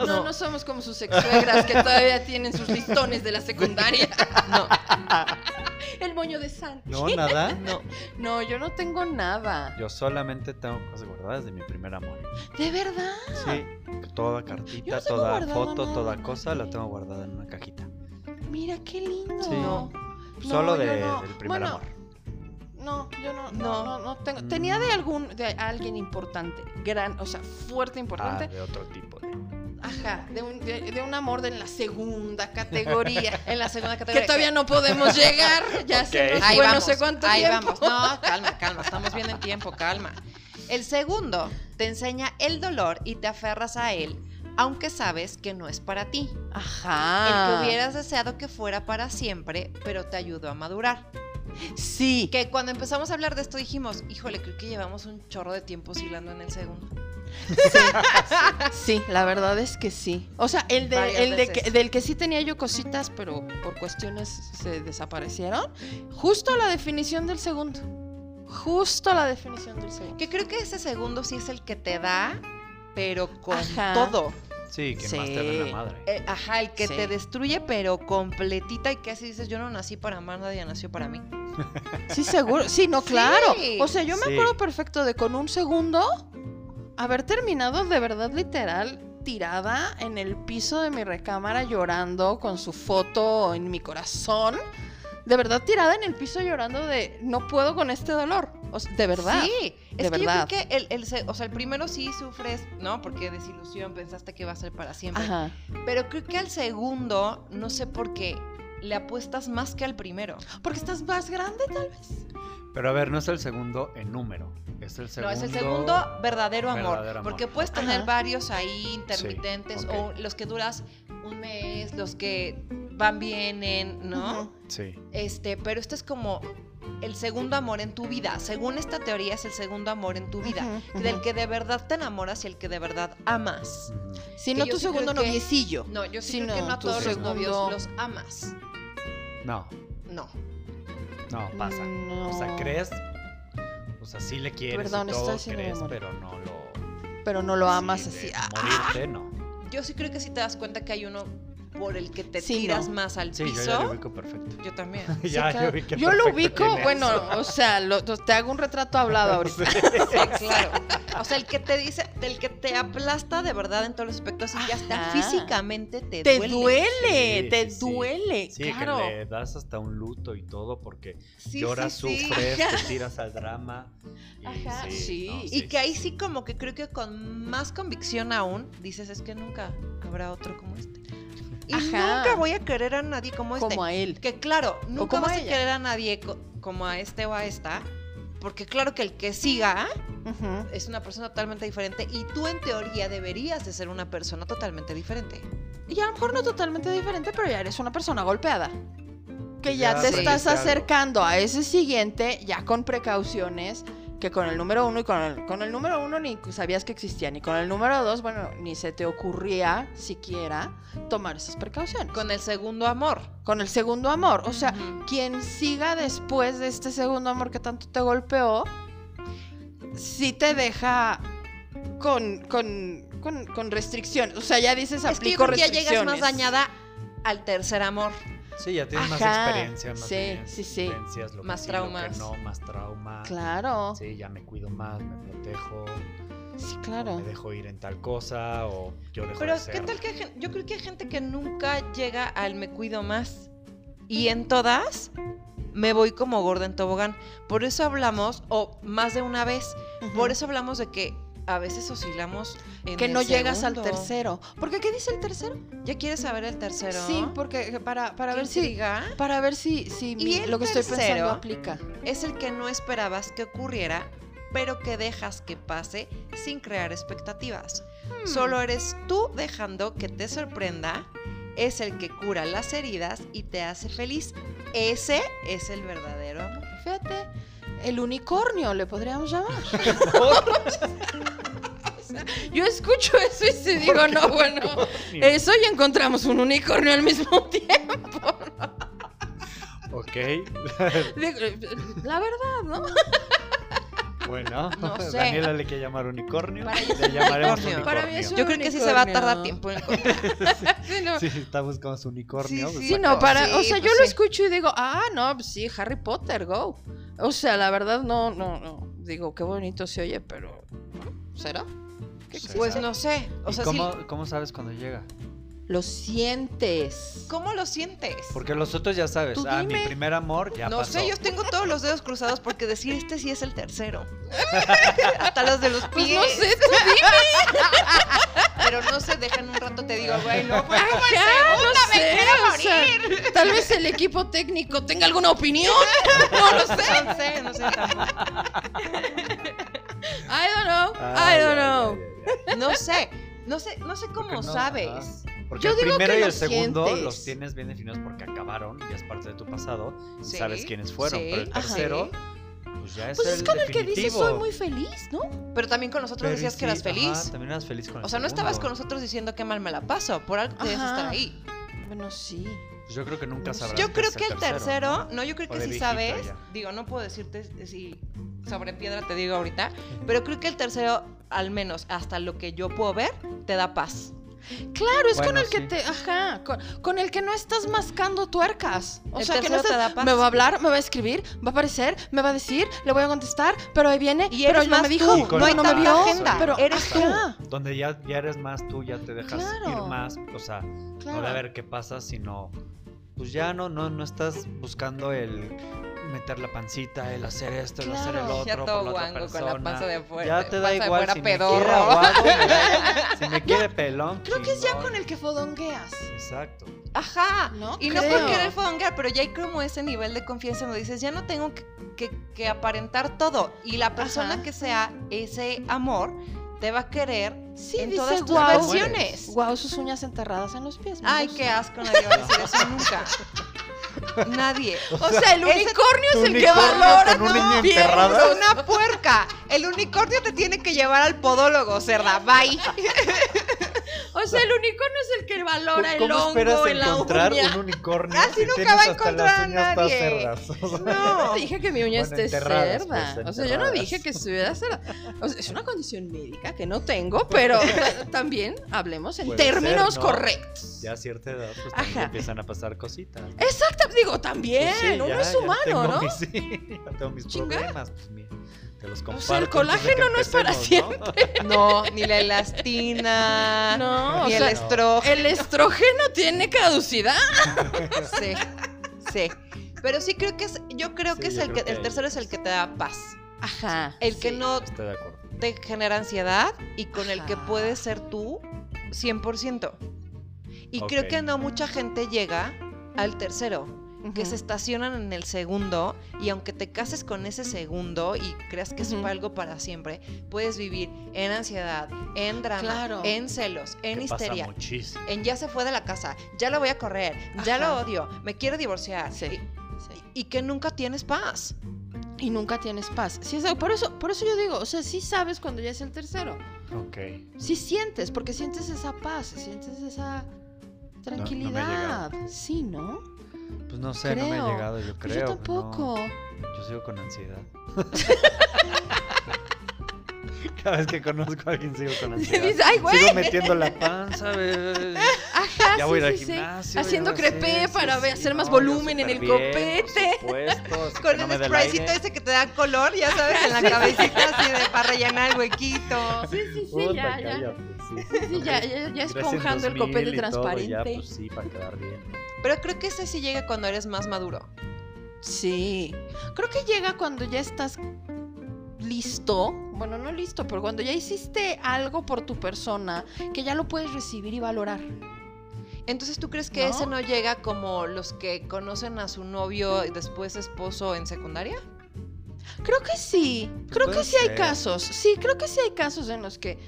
S2: No, no somos como sus ex-suegras que todavía tienen sus listones de la secundaria.
S1: No,
S2: El moño de San.
S3: No, nada.
S1: no.
S2: No, yo no tengo nada.
S3: Yo solamente tengo cosas guardadas de mi primer amor.
S2: ¿De verdad?
S3: Sí, toda
S2: Yo
S3: cartita,
S2: no tengo
S3: toda
S2: guardado
S3: foto,
S2: nada,
S3: toda cosa la
S2: ¿eh?
S3: tengo guardada en una cajita.
S2: Mira, qué lindo.
S3: Sí.
S2: No,
S3: Solo
S2: yo
S3: de-
S2: no.
S3: del primer
S2: Bueno,
S3: amor. Ah,
S2: No, yo no,
S1: No.
S2: no, no, no tengo. Tenía
S3: Mm.
S2: de algún, de alguien importante, gran, o sea, fuerte,
S3: Ah,
S2: importante.
S3: de otro tipo. de-
S2: Ajá, de un, de, de un amor de la segunda categoría.
S1: En la segunda
S2: que
S1: categoría.
S2: todavía no podemos llegar, ya se
S3: Ok.
S2: nos
S1: Ahí
S2: fue
S1: vamos,
S2: no sé cuánto
S1: ahí
S2: tiempo.
S1: vamos. No, calma, calma. Estamos bien en tiempo, calma. El segundo te enseña el dolor y te aferras a él, aunque sabes que no es para ti.
S2: Ajá.
S1: El que hubieras deseado que fuera para siempre, pero te ayudó a madurar.
S2: Sí.
S1: Que cuando empezamos a hablar de esto dijimos, híjole, creo que llevamos un chorro de tiempo oscilando en el segundo.
S2: Sí, la verdad es que sí. O sea, el,
S1: Varias
S2: de, el de
S1: veces.
S2: que- del que sí tenía yo cositas, pero por cuestiones se desaparecieron. Justo la definición del segundo. Justo la definición del segundo.
S1: Que creo que ese segundo sí es el que te da, pero con
S2: Ajá.
S1: todo.
S3: Sí, que más te da
S2: Sí.
S3: la madre.
S1: Eh, ajá, el que
S2: Sí.
S1: te destruye, pero completita y que así dices, yo no nací para amar, nadie nació para mí.
S2: Sí, seguro. Sí, no, claro.
S1: Sí.
S2: O sea, yo
S3: Sí.
S2: me acuerdo perfecto de con un segundo haber terminado de verdad literal tirada en el piso de mi recámara llorando con su foto en mi corazón. De verdad tirada en el piso llorando de no puedo con este dolor. O sea, de verdad.
S1: Sí, es
S2: De
S1: que
S2: verdad.
S1: yo creo que el, el se- o sea, el primero sí sufres, ¿no? Porque desilusión, pensaste que va a ser para siempre.
S2: Ajá.
S1: Pero creo que al segundo, no sé por qué, le apuestas más que al primero.
S2: Porque estás más grande, tal vez.
S3: Pero a ver, no es el segundo en número. Es el segundo.
S1: no, es el segundo verdadero amor.
S3: verdadero amor.
S1: Porque puedes tener
S2: Ajá.
S1: varios ahí intermitentes
S3: Sí,
S1: o los que duras un mes, los que van, vienen, ¿no?
S2: Ujú.
S3: Sí.
S1: Este, pero este es como el segundo amor en tu vida. Según esta teoría, es el segundo amor en tu vida.
S2: Ujú,
S1: Del
S2: ujú.
S1: que de verdad te enamoras y el que de verdad amas.
S3: Ujú.
S2: Si
S1: que
S2: no,
S1: yo
S2: tu
S1: sí creo
S2: segundo
S1: que-
S2: noviecillo.
S1: No, yo sí
S2: Sí,
S1: creo que
S2: no,
S1: no a
S2: tu
S1: todos
S3: segundo-
S1: los novios los amas.
S3: No,
S1: No.
S3: no, pasa.
S2: No.
S3: O sea, crees. O sea, sí le quieres.
S2: Perdón,
S3: y
S2: estoy
S3: todo,
S2: haciendo
S3: crees,
S2: memoria.
S3: pero no lo.
S2: Pero no lo
S3: sí,
S2: amas
S3: de
S2: así. Ah,
S3: Morirte, no.
S1: Yo sí creo que sí te das cuenta que hay uno por el que te
S2: Sí,
S1: tiras
S2: no.
S1: más al
S3: Sí, yo ya lo
S1: piso.
S3: ubico perfecto.
S1: Yo, también.
S2: sí,
S3: ya,
S2: claro.
S3: yo ubiqué
S2: Yo lo
S3: perfecto
S2: ubico,
S3: quién es.
S2: bueno, o sea, lo- te hago un retrato hablado ahorita.
S1: Sí, claro. O sea, el que te dice, del que te aplasta de verdad en todos los aspectos y que hasta
S2: Ajá.
S1: físicamente te,
S2: Te
S1: duele.
S2: duele,
S3: Sí,
S2: te
S3: sí, sí.
S2: duele,
S3: Sí,
S2: claro.
S3: que le das hasta un luto y todo porque
S1: Sí,
S3: lloras,
S1: sí, sí.
S3: sufres, te tiras al drama. y
S2: Ajá,
S3: sí. no,
S2: sí.
S1: Y que ahí sí como que creo que con más convicción aún dices, es que nunca habrá otro como este. Y
S2: Ajá.
S1: nunca voy a querer a nadie como este.
S2: Como a él.
S1: Que claro, nunca
S2: como
S1: vas
S2: a
S1: a
S2: ella.
S1: querer a nadie co- como a este o a esta, porque claro que el que siga
S2: Ujú.
S1: es una persona totalmente diferente y tú en teoría deberías de ser una persona totalmente diferente.
S2: Y a lo mejor no totalmente diferente, pero ya eres una persona golpeada. Que ya,
S3: Ya
S2: te
S1: aprendiste
S2: estás
S3: algo.
S2: acercando a ese siguiente, ya con precauciones, que con el número uno y con el, con el número uno ni sabías que existía, ni con el número dos, bueno, ni se te ocurría siquiera tomar esas precauciones.
S1: Con el segundo amor.
S2: con el segundo amor, o sea,
S1: Ujú.
S2: quien siga después de este segundo amor que tanto te golpeó, sí te deja con, con, con, con restricciones. O sea, ya dices,
S1: Es que yo
S2: aplico
S1: creo que ya
S2: restricciones.
S1: llegas más dañada al tercer amor.
S3: Sí, ya tienes
S2: Ajá,
S3: más experiencia, más
S2: sí,
S3: bien,
S2: sí, sí.
S3: vivencias, lo que
S1: Más
S3: sí, lo que
S1: traumas.
S3: no, más trauma.
S2: Claro, sí,
S3: Sí, ya me cuido más, me protejo,
S2: claro.
S3: me dejo ir en tal cosa o yo dejo
S1: Pero
S3: de ser.
S1: ¿qué tal que hay gen- yo creo que hay gente que nunca llega al me cuido más? Y en todas me voy como gorda en tobogán. Por eso hablamos, o más de una vez,
S2: Ujú.
S1: por eso hablamos de que a veces oscilamos en
S2: que
S1: el
S2: no llegas al
S1: segundo.
S2: tercero. Porque qué dice el tercero?
S1: ¿Ya quieres saber el tercero?
S2: Sí, porque para, para
S1: Qué
S2: ver si
S1: intriga.
S2: para ver si, si mi-
S1: el
S2: lo que estoy
S1: tercero?
S2: pensando aplica.
S1: Es el que no esperabas que ocurriera, pero que dejas que pase sin crear expectativas.
S2: Hmm.
S1: Solo eres tú dejando que te sorprenda. Es el que cura las heridas y te hace feliz. Ese es el verdadero. amor.
S2: Fíjate, el unicornio le podríamos llamar. Yo escucho eso y se digo, no, bueno, eso y encontramos un unicornio al mismo tiempo.
S3: Ok,
S2: Digo, La verdad, ¿no?
S3: bueno,
S1: No sé.
S3: Daniela le quiere llamar unicornio,
S1: Para
S3: le llamaremos
S1: unicornio.
S3: unicornio.
S2: Para mí es un-
S1: Yo creo que sí se va a
S2: unicornio.
S1: tardar tiempo en encontrar.
S2: Sí, no.
S3: Sí, está buscando su unicornio.
S2: Sí,
S3: pues,
S2: sí,
S3: bueno,
S2: no, para, o
S1: Sí,
S2: sea, yo
S1: pues
S2: lo
S1: sí.
S2: escucho y digo, ah, no, pues sí, Harry Potter, go. O sea, la verdad, no, no, no. Digo, qué bonito se oye, pero ¿será? ¿Qué
S3: Sí.
S2: será?
S1: Pues no sé. O
S3: ¿Y
S1: sea, sí-
S3: cómo, cómo sabes cuando llega?
S2: Lo sientes.
S1: ¿cómo lo sientes?
S3: Porque los otros ya sabes.
S2: Tú
S3: Ah, mi
S2: dime.
S3: primer amor ya
S1: no
S3: pasó.
S1: sé, yo tengo todos los dedos cruzados porque decir este sí es el tercero. Hasta los de los pies.
S2: Pues no sé,
S1: Pero no se dejan un rato, te digo, güey, no, pues,
S2: Ah, ya, no sé,
S1: quiero
S2: o sea, tal vez el equipo técnico tenga alguna opinión. No lo sé.
S1: no sé, no sé tampoco.
S2: I don't know.
S3: Ah,
S2: I don't
S3: ya,
S2: know.
S3: ya, ya, ya.
S1: No sé, no sé, no sé cómo
S3: no,
S1: sabes.
S3: Porque
S2: Yo
S3: el
S2: digo
S3: primero
S2: que
S3: y
S2: lo
S3: el segundo
S2: sientes.
S3: los tienes bien definidos porque acabaron, ya es parte de tu pasado, y
S1: Sí,
S3: sabes quiénes fueron.
S1: sí,
S3: pero el
S1: ajá.
S3: tercero, pues ya es
S2: Pues
S3: el
S2: es con el que dices
S3: definitivo.
S2: soy muy feliz, ¿no?
S1: Pero también con nosotros
S3: Pero y
S1: decías
S3: sí,
S1: que eras
S3: ajá,
S1: feliz.
S3: también eras feliz con el
S1: O sea, no estabas con
S3: segundo.
S1: nosotros diciendo qué mal me la paso. Por algo debías
S2: Ajá.
S1: estar ahí.
S2: Bueno, sí.
S3: Pues yo creo que nunca sabrás.
S1: Yo
S3: qué
S1: creo
S3: es
S1: que el tercero, no, yo creo
S3: O
S1: que
S3: de
S1: si
S3: viejito
S1: sabes,
S3: ya.
S1: digo, no puedo decirte si sobre piedra te digo ahorita, pero creo que el tercero, al menos hasta lo que yo puedo ver, te da paz.
S2: Claro, es con
S3: Bueno,
S2: el que
S3: sí.
S2: te. Ajá, con, con el que no estás mascando tuercas. O
S1: El
S2: sea, que no
S1: tercero te
S2: estás.
S1: da paz.
S2: Me va a hablar, me va a escribir, va a aparecer, me va a decir, le voy a contestar, pero ahí viene,
S1: Y
S2: pero
S1: eres
S2: no
S1: más
S2: me
S1: tú,
S2: dijo,
S3: Y con
S2: no,
S3: el
S2: no me
S3: que
S2: vio.
S3: hablas,
S1: agenda,
S2: Pero ah,
S1: eres tú.
S2: Ajá,
S3: Donde ya, ya eres más tú, ya te dejas
S2: Claro.
S3: ir más. O sea, no de a
S2: claro.
S3: ver qué pasa, sino. Pues ya no, no, no estás buscando el meter la pancita, el hacer esto, el hacer el
S2: Claro.
S3: otro.
S1: Ya
S3: por
S1: todo
S3: la otra
S1: guango con la
S3: persona.
S1: panza de afuera-
S3: Ya te da
S1: panza de
S3: igual
S1: fuera
S3: si me quiere
S1: pedorro.
S3: aguado, me da- si me quiere pelón.
S2: Creo que es ya con
S3: chingón.
S2: el que fodongueas.
S3: Exacto.
S1: Ajá.
S2: No
S1: y no
S2: creo.
S1: por querer fodongar, pero ya hay como ese nivel de confianza donde dices, ya no tengo que, que- que aparentar todo. Y la persona
S2: Ajá.
S1: que sea ese amor te va a querer
S2: Sí,
S1: en
S2: dices,
S1: todas tus
S2: "Guau".
S1: versiones.
S2: Guau, sus uñas enterradas en los pies. me
S1: Ay,
S2: gusta.
S1: qué asco, nadie va a decir eso nunca. Nadie.
S2: O sea, el
S1: Ese-
S2: unicornio es
S3: tu
S2: el que
S3: unicornio
S2: valora.
S3: con una
S2: ¿no?
S3: uña
S2: Bien.
S3: enterrada. ¿Cerrada?
S1: Es una puerca. El unicornio te tiene que llevar al podólogo, cerda. Bye.
S2: O sea, el unicornio es el que valora el
S3: ¿Cómo
S2: hongo
S3: esperas
S2: en la
S3: encontrar
S2: uña.
S3: un unicornio
S1: Así
S3: si
S1: Ah, nunca
S3: tienes
S1: va a
S3: hasta
S1: encontrar a
S3: las uñas todas
S1: nadie.
S3: cerdas? O sea,
S1: No.
S2: Te dije que mi uña
S3: Bueno,
S2: esté
S3: enterradas,
S2: cerda.
S3: pues,
S2: o sea, yo no
S3: enterradas.
S2: dije que estuviera cerda. O sea, es una condición médica que no tengo, pero también hablemos en
S3: Puede ser,
S2: términos
S3: ¿no?
S2: correctos.
S3: Ya a cierta edad, pues
S2: Ajá.
S3: también empiezan a pasar cositas. ¿no?
S2: Exacto, digo, también.
S3: Pues sí,
S2: uno
S3: ya-
S2: es
S3: ya
S2: humano,
S3: tengo
S2: ¿no?
S3: mis- sí, ya tengo mis
S2: Chinga.
S3: problemas. Pues, mira, te los comparto.
S2: O sea, el
S3: antes de que
S2: colágeno no es para
S3: empecemos, ¿no?
S1: No, ni la elastina.
S2: No, o
S1: ni el
S2: sea,
S1: estrógeno.
S2: el estrógeno tiene caducidad.
S1: Sí, sí. Pero sí creo que es, yo creo
S3: Sí,
S1: que es
S3: yo
S1: el que,
S3: creo que
S1: el
S3: ahí
S1: tercero es el que te da paz.
S2: Ajá.
S1: El que no
S3: Estoy de acuerdo.
S1: te genera ansiedad y con el que
S2: Ajá.
S1: puedes ser tú 100%. Y
S3: Ok.
S1: creo que no mucha gente llega al tercero. que se estacionan en el segundo y aunque te cases con ese segundo y creas que es
S2: Ujú.
S1: algo para siempre, puedes vivir en ansiedad, en drama,
S2: Claro.
S1: en celos, en
S3: Que pasa
S1: histeria,
S3: muchísimo.
S1: en ya se fue de la casa, ya lo voy a correr, ya
S2: Ajá.
S1: lo odio, me quiero divorciar.
S2: Sí, sí.
S1: Y, y que nunca tienes paz.
S2: Y nunca tienes paz. Sí, es- por eso, por eso yo digo, o sea, sí sabes cuando ya es el tercero.
S3: Ok.
S2: Sí sientes, porque sientes esa paz, sientes esa
S3: no me ha
S2: tranquilidad. sí, ¿no?
S3: Pues no sé, no me
S2: Creo.
S3: ha llegado, yo
S2: Pues
S3: creo.
S2: yo
S3: no.
S2: tampoco.
S3: Yo sigo con ansiedad. Cada vez que conozco a alguien sigo con
S2: Se
S3: ansiedad.
S2: dice, ay, güey.
S3: Sigo metiendo la panza, bebé.
S2: Ajá, sí,
S3: Ya voy a ir al
S2: sí, sí.
S3: gimnasio. ya
S2: Haciendo
S3: voy a hacer
S2: crepé
S3: eso,
S2: para
S3: sí,
S2: hacer más
S3: no, yo
S2: volumen en el
S3: superbién,
S2: copete.
S3: Por supuesto, así
S1: Con
S3: que no me
S1: el
S3: dé
S1: spraycito
S3: aire.
S1: ese que te da color, ya sabes, en la cabecita así de para rellenar el huequito.
S2: Sí, sí, sí,
S3: Puta,
S2: ya, ya.
S3: cállate, sí, sí,
S2: Sí,
S3: hombre.
S2: ya, ya, ya
S3: Gracias,
S2: esponjando el
S3: 2000
S2: copete
S3: y todo,
S2: transparente.
S3: ya, pues sí, para quedar bien.
S1: Pero creo que ese sí llega cuando eres más maduro.
S2: Sí. Creo que llega cuando ya estás listo. Bueno, no listo, pero cuando ya hiciste algo por tu persona que ya lo puedes recibir y valorar.
S1: Entonces, ¿tú crees que
S2: ¿No?
S1: ese no llega como los que conocen a su novio y después esposo en secundaria?
S2: Creo que sí.
S3: Pues
S2: Creo que
S3: puede
S2: sí hay
S3: ser.
S2: casos. Sí, creo que sí hay casos en los que.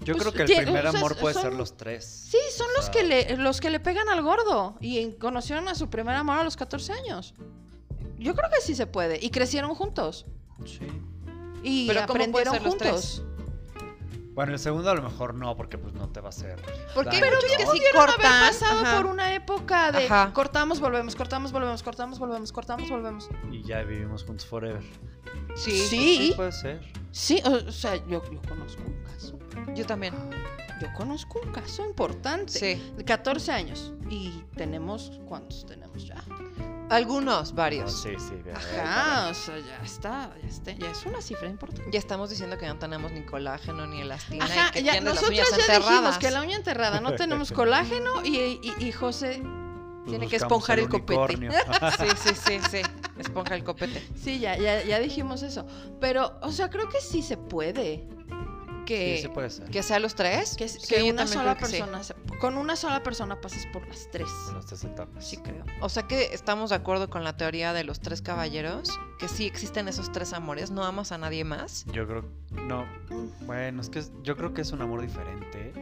S3: Yo
S2: Pues,
S3: creo que el
S2: tie-
S3: primer
S2: o sea,
S3: amor puede
S2: son-
S3: ser los tres.
S2: Sí, son
S3: O
S2: los
S3: sea,
S2: que le, los que le pegan al gordo. Y en- conocieron a su primer amor a los 14 años. Yo creo que sí se puede. Y crecieron juntos.
S3: sí.
S2: Y
S1: Pero ¿cómo puede
S2: aprendieron
S1: ser los tres?
S2: juntos.
S3: Bueno, el segundo a lo mejor no, porque pues no te va a hacer.
S1: Porque hay
S3: daño,
S1: muchos que
S3: ¿no?
S1: sí
S2: pudieron haber
S1: cortan.
S2: pasado
S1: ajá,
S2: por una época de
S1: Ajá.
S2: cortamos, volvemos, cortamos, volvemos, cortamos, volvemos, cortamos, volvemos.
S3: Y ya vivimos juntos forever.
S1: Sí,
S2: Sí,
S3: puede ser.
S2: sí, o o sea, yo, yo conozco un caso.
S1: yo también.
S2: Yo conozco un caso importante.
S1: Sí.
S2: De 14 años. Y tenemos, ¿cuántos tenemos ya?
S1: Algunos,
S3: No,
S1: varios.
S3: sí, sí. de-
S2: Eh, Ajá, o sea, ya está, ya está, ya es una cifra importante.
S1: Ya estamos diciendo que no tenemos ni colágeno ni elastina y
S2: Ajá,
S1: que
S2: ya,
S1: tienes las
S2: nosotros
S1: uñas
S2: ya dijimos
S1: enterradas.
S2: que la uña enterrada no tenemos colágeno y, y- y José,
S3: pues
S2: Tiene que
S3: buscamos
S2: esponjar el copete.
S3: unicornio.
S1: Sí, sí, sí, sí. Esponja el copete.
S2: sí, ya, ya, ya dijimos eso. Pero, o sea, creo que sí se puede. Que,
S3: Sí, sí puede ser.
S1: ¿Que sea los tres?
S2: Que,
S1: Sí,
S2: que
S1: yo
S2: una
S1: también
S2: sola
S1: creo que sí.
S2: persona, se- con una sola persona pases por las tres.
S3: Las tres etapas.
S2: Sí, creo.
S1: O sea que estamos de acuerdo con la teoría de los tres caballeros, que sí existen esos tres amores, no amas a nadie más.
S3: Yo creo. No.
S1: Eh,
S3: Bueno, es que es- yo creo que es un amor diferente.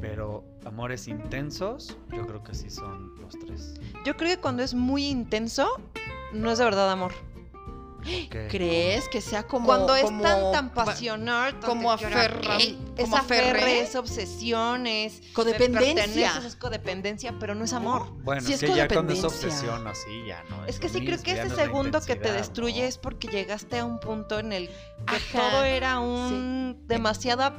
S3: Pero amores intensos, yo creo que sí son los tres.
S1: Yo creo que cuando es muy intenso, no es de verdad amor.
S3: Que-
S2: ¿Crees que sea como.
S1: cuando es
S2: como-
S1: tan tan pasional, tan
S2: como
S1: te quiero
S2: aferra-
S1: aquí,
S2: como
S1: es aferre,
S2: aferre.
S1: es obsesiones,
S2: Codependencia.
S1: es codependencia, pero no es amor.
S3: Bueno,
S2: Sí,
S3: es
S2: es
S3: que ya cuando es
S2: codependencia.
S3: obsesión así, ya no.
S1: Es que
S3: lo
S1: sí creo
S3: mismo,
S1: que
S3: ya
S1: ese
S3: no es la
S1: segundo que te
S3: intensidad,
S1: destruye
S3: ¿no?
S1: es porque llegaste a un punto en el que
S2: Ajá.
S1: todo era un demasiada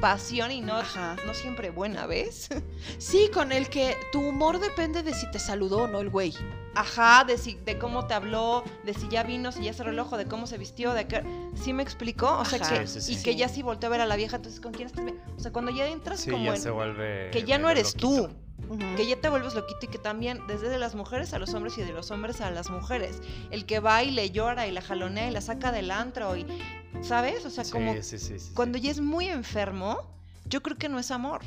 S1: pasión y no
S2: Ajá.
S1: no siempre buena, ¿ves?
S2: Sí, con el que tu humor depende de si te saludó o no el güey.
S1: Ajá, de, si- de cómo te habló, de si ya vino, si ya cerró el ojo, de cómo se vistió, de qué... ¿Sí me explicó? O sea,
S2: Ajá.
S1: que,
S3: Sí, sí,
S1: y
S3: sí.
S1: que ya si volteó a ver a la vieja, entonces, ¿con quién estás? vi- O sea, cuando ya entras
S3: Sí,
S1: como
S3: ya
S1: en-
S3: se vuelve.
S1: Que ya no
S3: medio
S1: eres
S3: loquito.
S1: tú,
S2: Ujú.
S1: que ya te vuelves loquito y que también desde de las mujeres a los hombres y de los hombres a las mujeres. El que va y le llora y la jalonea y la saca del antro y... ¿Sabes? O sea,
S3: Sí,
S1: como
S3: sí, sí, sí, sí.
S1: cuando ya es muy enfermo, yo creo que no es amor.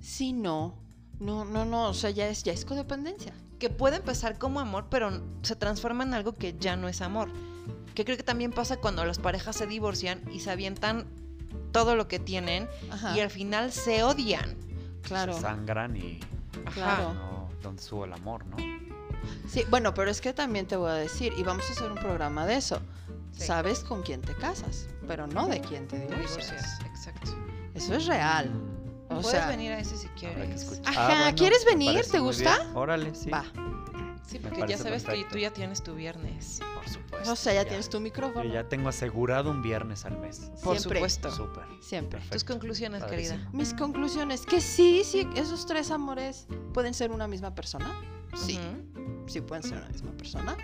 S2: Sí, no. No, no, no. O sea, ya es, ya es codependencia.
S1: que puede empezar como amor, pero se transforma en algo que ya no es amor. Que creo que también pasa cuando las parejas se divorcian y se avientan todo lo que tienen
S2: Ajá.
S1: y al final se odian.
S2: Claro.
S3: Se sangran y.
S1: Ajá.
S2: Claro.
S3: No, donde subo el amor, ¿no?
S2: Sí, bueno, pero es que también te voy a decir, y vamos a hacer un programa de eso.
S1: Sí.
S2: Sabes con quién te casas, pero no de quién te
S1: Te divorcias,
S2: divorcias.
S1: exacto.
S2: Eso es real. O
S1: Puedes
S2: sea,
S1: venir a ese si
S3: Mm, Habrá que
S1: quieres.
S3: escuchar.
S2: Ajá,
S3: Ah, bueno,
S2: ¿quieres
S3: me
S2: venir?
S3: parece
S2: ¿Te
S3: muy
S2: gusta?
S3: bien. Órale, sí.
S2: Va.
S1: sí,
S3: Me
S1: porque ya
S3: parece
S1: sabes que
S3: perfecto.
S1: tú ya tienes tu viernes.
S3: Por supuesto.
S2: O sea, ya, tienes tu
S3: Yo
S2: micrófono.
S3: ya tengo asegurado un viernes al mes.
S1: Por
S2: Siempre.
S1: supuesto.
S3: Súper.
S2: Siempre.
S1: Tus
S3: Perfecto.
S1: conclusiones,
S3: Padrísimo.
S1: querida.
S2: Mis conclusiones, que sí, sí, esos tres amores pueden ser una misma persona. Sí,
S1: Ujú.
S2: sí pueden ser una misma persona.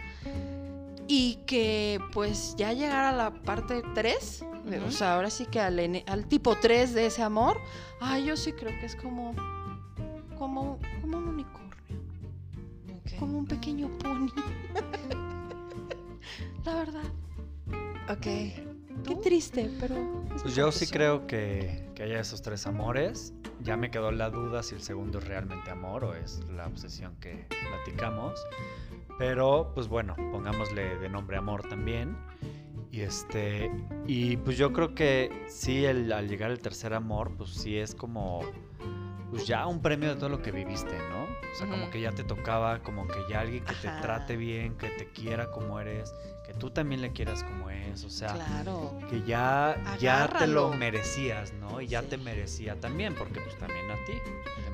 S2: Y que pues ya llegar a la parte 3,
S1: Ujú.
S2: o sea, ahora sí que al, ene- al tipo 3 de ese amor, ay, yo sí creo que es como, como, como un unicornio,
S1: Ok.
S2: como un pequeño pony. la verdad,
S3: Muy
S1: Ok.
S3: bien.
S2: qué
S1: ¿Tú?
S2: triste, pero... es mi
S3: Pues yo sí
S2: conclusión.
S3: creo que, que haya esos tres amores. Ya me quedó la duda si el segundo es realmente amor o es la obsesión que platicamos. Pero pues bueno, pongámosle de nombre amor también. Y este y pues yo creo que sí el- al llegar al tercer amor, pues sí es como pues ya un premio de todo lo que viviste, ¿no? O sea, como
S1: Ujú.
S3: que ya te tocaba, como que ya alguien que
S2: Ajá.
S3: te trate bien, que te quiera como eres, que tú también le quieras como es, o sea,
S2: Claro.
S3: que ya, ya te
S2: Agárralo.
S3: lo merecías, ¿no? Y ya
S2: Sí.
S3: te merecía también, porque pues también a ti.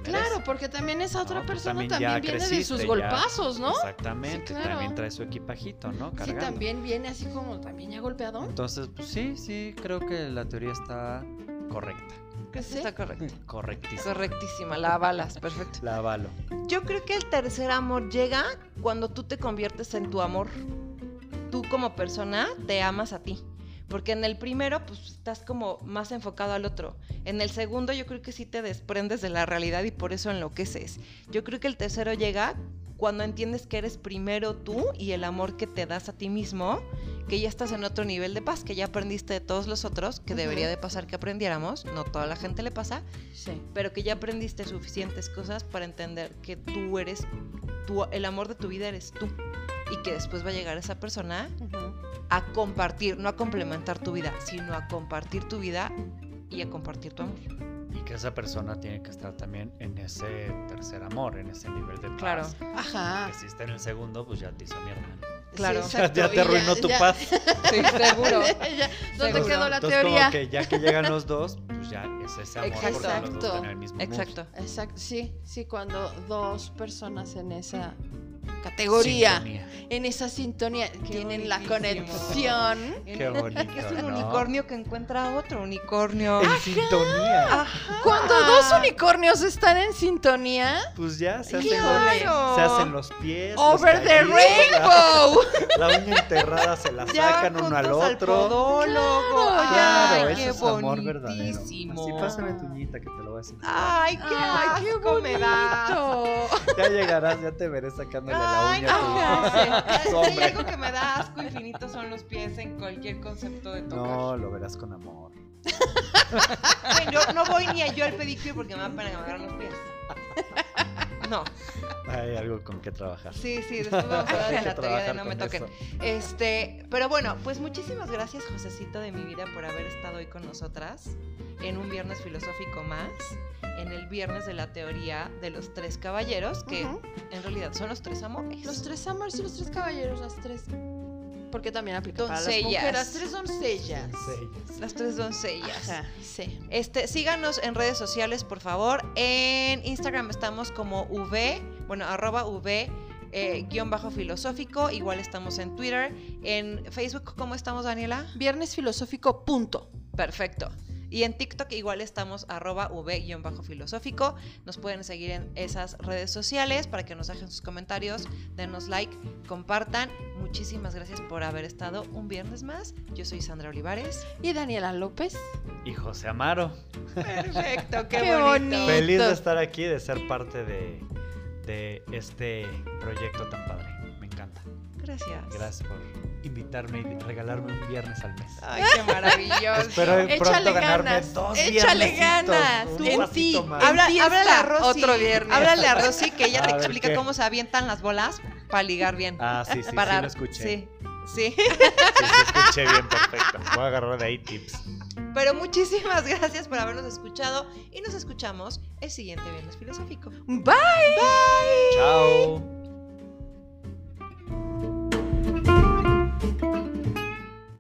S3: te merece.
S2: Claro, porque también esa otra
S3: No, tú
S2: persona
S3: también
S2: también,
S3: ya
S2: viene de
S3: creciste,
S2: sus
S3: ya.
S2: golpazos, ¿no?
S3: Exactamente,
S2: Sí, claro.
S3: también trae su equipajito, ¿no?
S2: Sí,
S3: Cargando.
S2: también viene así como también ya golpeado.
S3: Entonces, pues sí, sí, creo que la teoría está correcta.
S2: ¿Sí?
S1: Pues Está correcto.
S3: Correctísima.
S1: Correctísima, la balas, perfecto.
S3: La avalo.
S1: Yo creo que el tercer amor llega cuando tú te conviertes en tu amor. Tú como persona te amas a ti. Porque en el primero, pues estás como más enfocado al otro. En el segundo, yo creo que sí te desprendes de la realidad y por eso enloqueces. Yo creo que el tercero llega cuando entiendes que eres primero tú y el amor que te das a ti mismo, que ya estás en otro nivel de paz, que ya aprendiste de todos los otros, que
S2: Ujú.
S1: debería de pasar que aprendiéramos. No toda la gente le pasa,
S2: Sí.
S1: pero que ya aprendiste suficientes cosas para entender que tú eres, tú, el amor de tu vida eres tú. Y que después va a llegar esa persona
S2: Ujú.
S1: a compartir, no a complementar tu vida, sino a compartir tu vida y a compartir tu amor.
S3: Y que esa persona tiene que estar también en ese tercer amor, en ese nivel de paz.
S1: Claro.
S2: Ajá.
S3: Que si está en el segundo, pues ya te hizo mierda. ¿no?
S1: Claro.
S2: Sí,
S3: Ya,
S2: Ah. exacto,
S3: ya
S2: y
S3: te arruinó tu
S2: ya-
S3: paz.
S1: Sí, seguro.
S2: ya, ¿Dónde
S1: Seguro.
S2: quedó la
S3: Entonces,
S2: teoría?
S3: Como que ya que llegan los dos, pues ya es ese amor porque los dos
S2: Exacto.
S3: están en el mismo mood.
S1: Exacto.
S2: Exacto, sí, sí, cuando dos personas en esa Mm. categoría,
S3: Sintonía.
S2: en esa sintonía, tienen la
S1: bonitísimo.
S2: conexión.
S3: Qué bonito,
S1: Que es un
S3: ¿no?
S1: unicornio que encuentra a otro unicornio.
S3: En sintonía.
S1: Ajá.
S2: Cuando dos unicornios están en sintonía,
S3: Pues ya se hacen,
S2: Híjole.
S3: los, se hacen los pies. los
S2: over the
S3: cariños,
S2: rainbow.
S3: La, la uña enterrada se la
S1: Ya
S3: sacan
S1: van
S3: uno al
S1: juntos
S3: otro.
S1: podólogo.
S2: Claro,
S1: Ay,
S3: eso
S1: qué
S3: es amor verdadero. Así
S1: bonitísimo.
S3: pásame tu uñita que te lo voy a hacer.
S1: Ay, qué,
S2: Ay, qué
S1: asco me da.
S2: bonito.
S3: Ya llegarás, ya te veré sacándole la
S1: Ay,
S3: uña. a tu
S2: Ah.
S1: no, sé. Si hay
S3: Hombre.
S1: algo que me da asco infinito son los pies en cualquier concepto de tocar.
S3: No, lo verás con amor.
S1: Ay, yo no voy ni a yo al pedicure porque me da pena que me agarran los pies. No,
S3: Hay algo con que trabajar.
S1: sí, sí, después vamos a hablar
S3: Hay
S1: de
S3: que
S1: la teoría de
S3: trabajar
S1: no me
S3: con
S1: toquen.
S3: eso.
S1: Este, pero bueno, pues muchísimas gracias, Josecito de mi vida, por haber estado hoy con nosotras en un viernes filosófico más, en el viernes de la teoría de los tres caballeros, que
S2: Ujú.
S1: en realidad son los tres amores.
S2: Los tres amores y los tres caballeros, las tres. Porque también aplica para las
S1: Doncellas.
S2: mujeres. Las tres doncellas.
S3: Doncellas.
S1: Las tres doncellas.
S2: Ajá, sí.
S1: Este, síganos en redes sociales, por favor. En Instagram estamos como V, bueno, arroba V. eh, guión bajo filosófico, igual estamos en Twitter, en Facebook, ¿cómo estamos Daniela?
S2: Viernes filosófico, punto.
S1: Perfecto. Y en TikTok igual estamos arroba v-filosófico. Nos pueden seguir en esas redes sociales para que nos dejen sus comentarios, denos like, compartan. Muchísimas gracias por haber estado un viernes más. Yo soy Sandra Olivares.
S2: Y Daniela López.
S3: Y José Amaro.
S1: Perfecto,
S2: qué Qué bonito. bonito.
S3: Feliz de estar aquí, de ser parte de, de este proyecto tan padre. Me encanta.
S1: Gracias.
S3: Gracias por invitarme y regalarme un viernes al mes.
S1: Ay, qué maravilloso.
S3: Espero
S2: Échale
S3: pronto ganarme
S2: ganas,
S3: dos
S2: échale
S3: viernesitos,
S2: ganas,
S3: un
S2: en
S3: pasito
S2: ti.
S3: más.
S1: Habla,
S2: Empieza
S1: háblale a Rosy.
S2: otro viernes.
S1: Háblale a Rosy que ella te
S3: A ver,
S1: explica
S3: ¿qué?
S1: cómo se avientan las bolas para ligar bien.
S3: Ah, sí, sí, sí,
S1: para...
S3: lo escuché.
S1: Sí, sí.
S3: Sí, sí, escuché bien, perfecto. Voy a agarrar de ahí tips.
S1: Pero muchísimas gracias por habernos escuchado y nos escuchamos el siguiente viernes filosófico.
S2: Bye. Bye.
S3: Chao.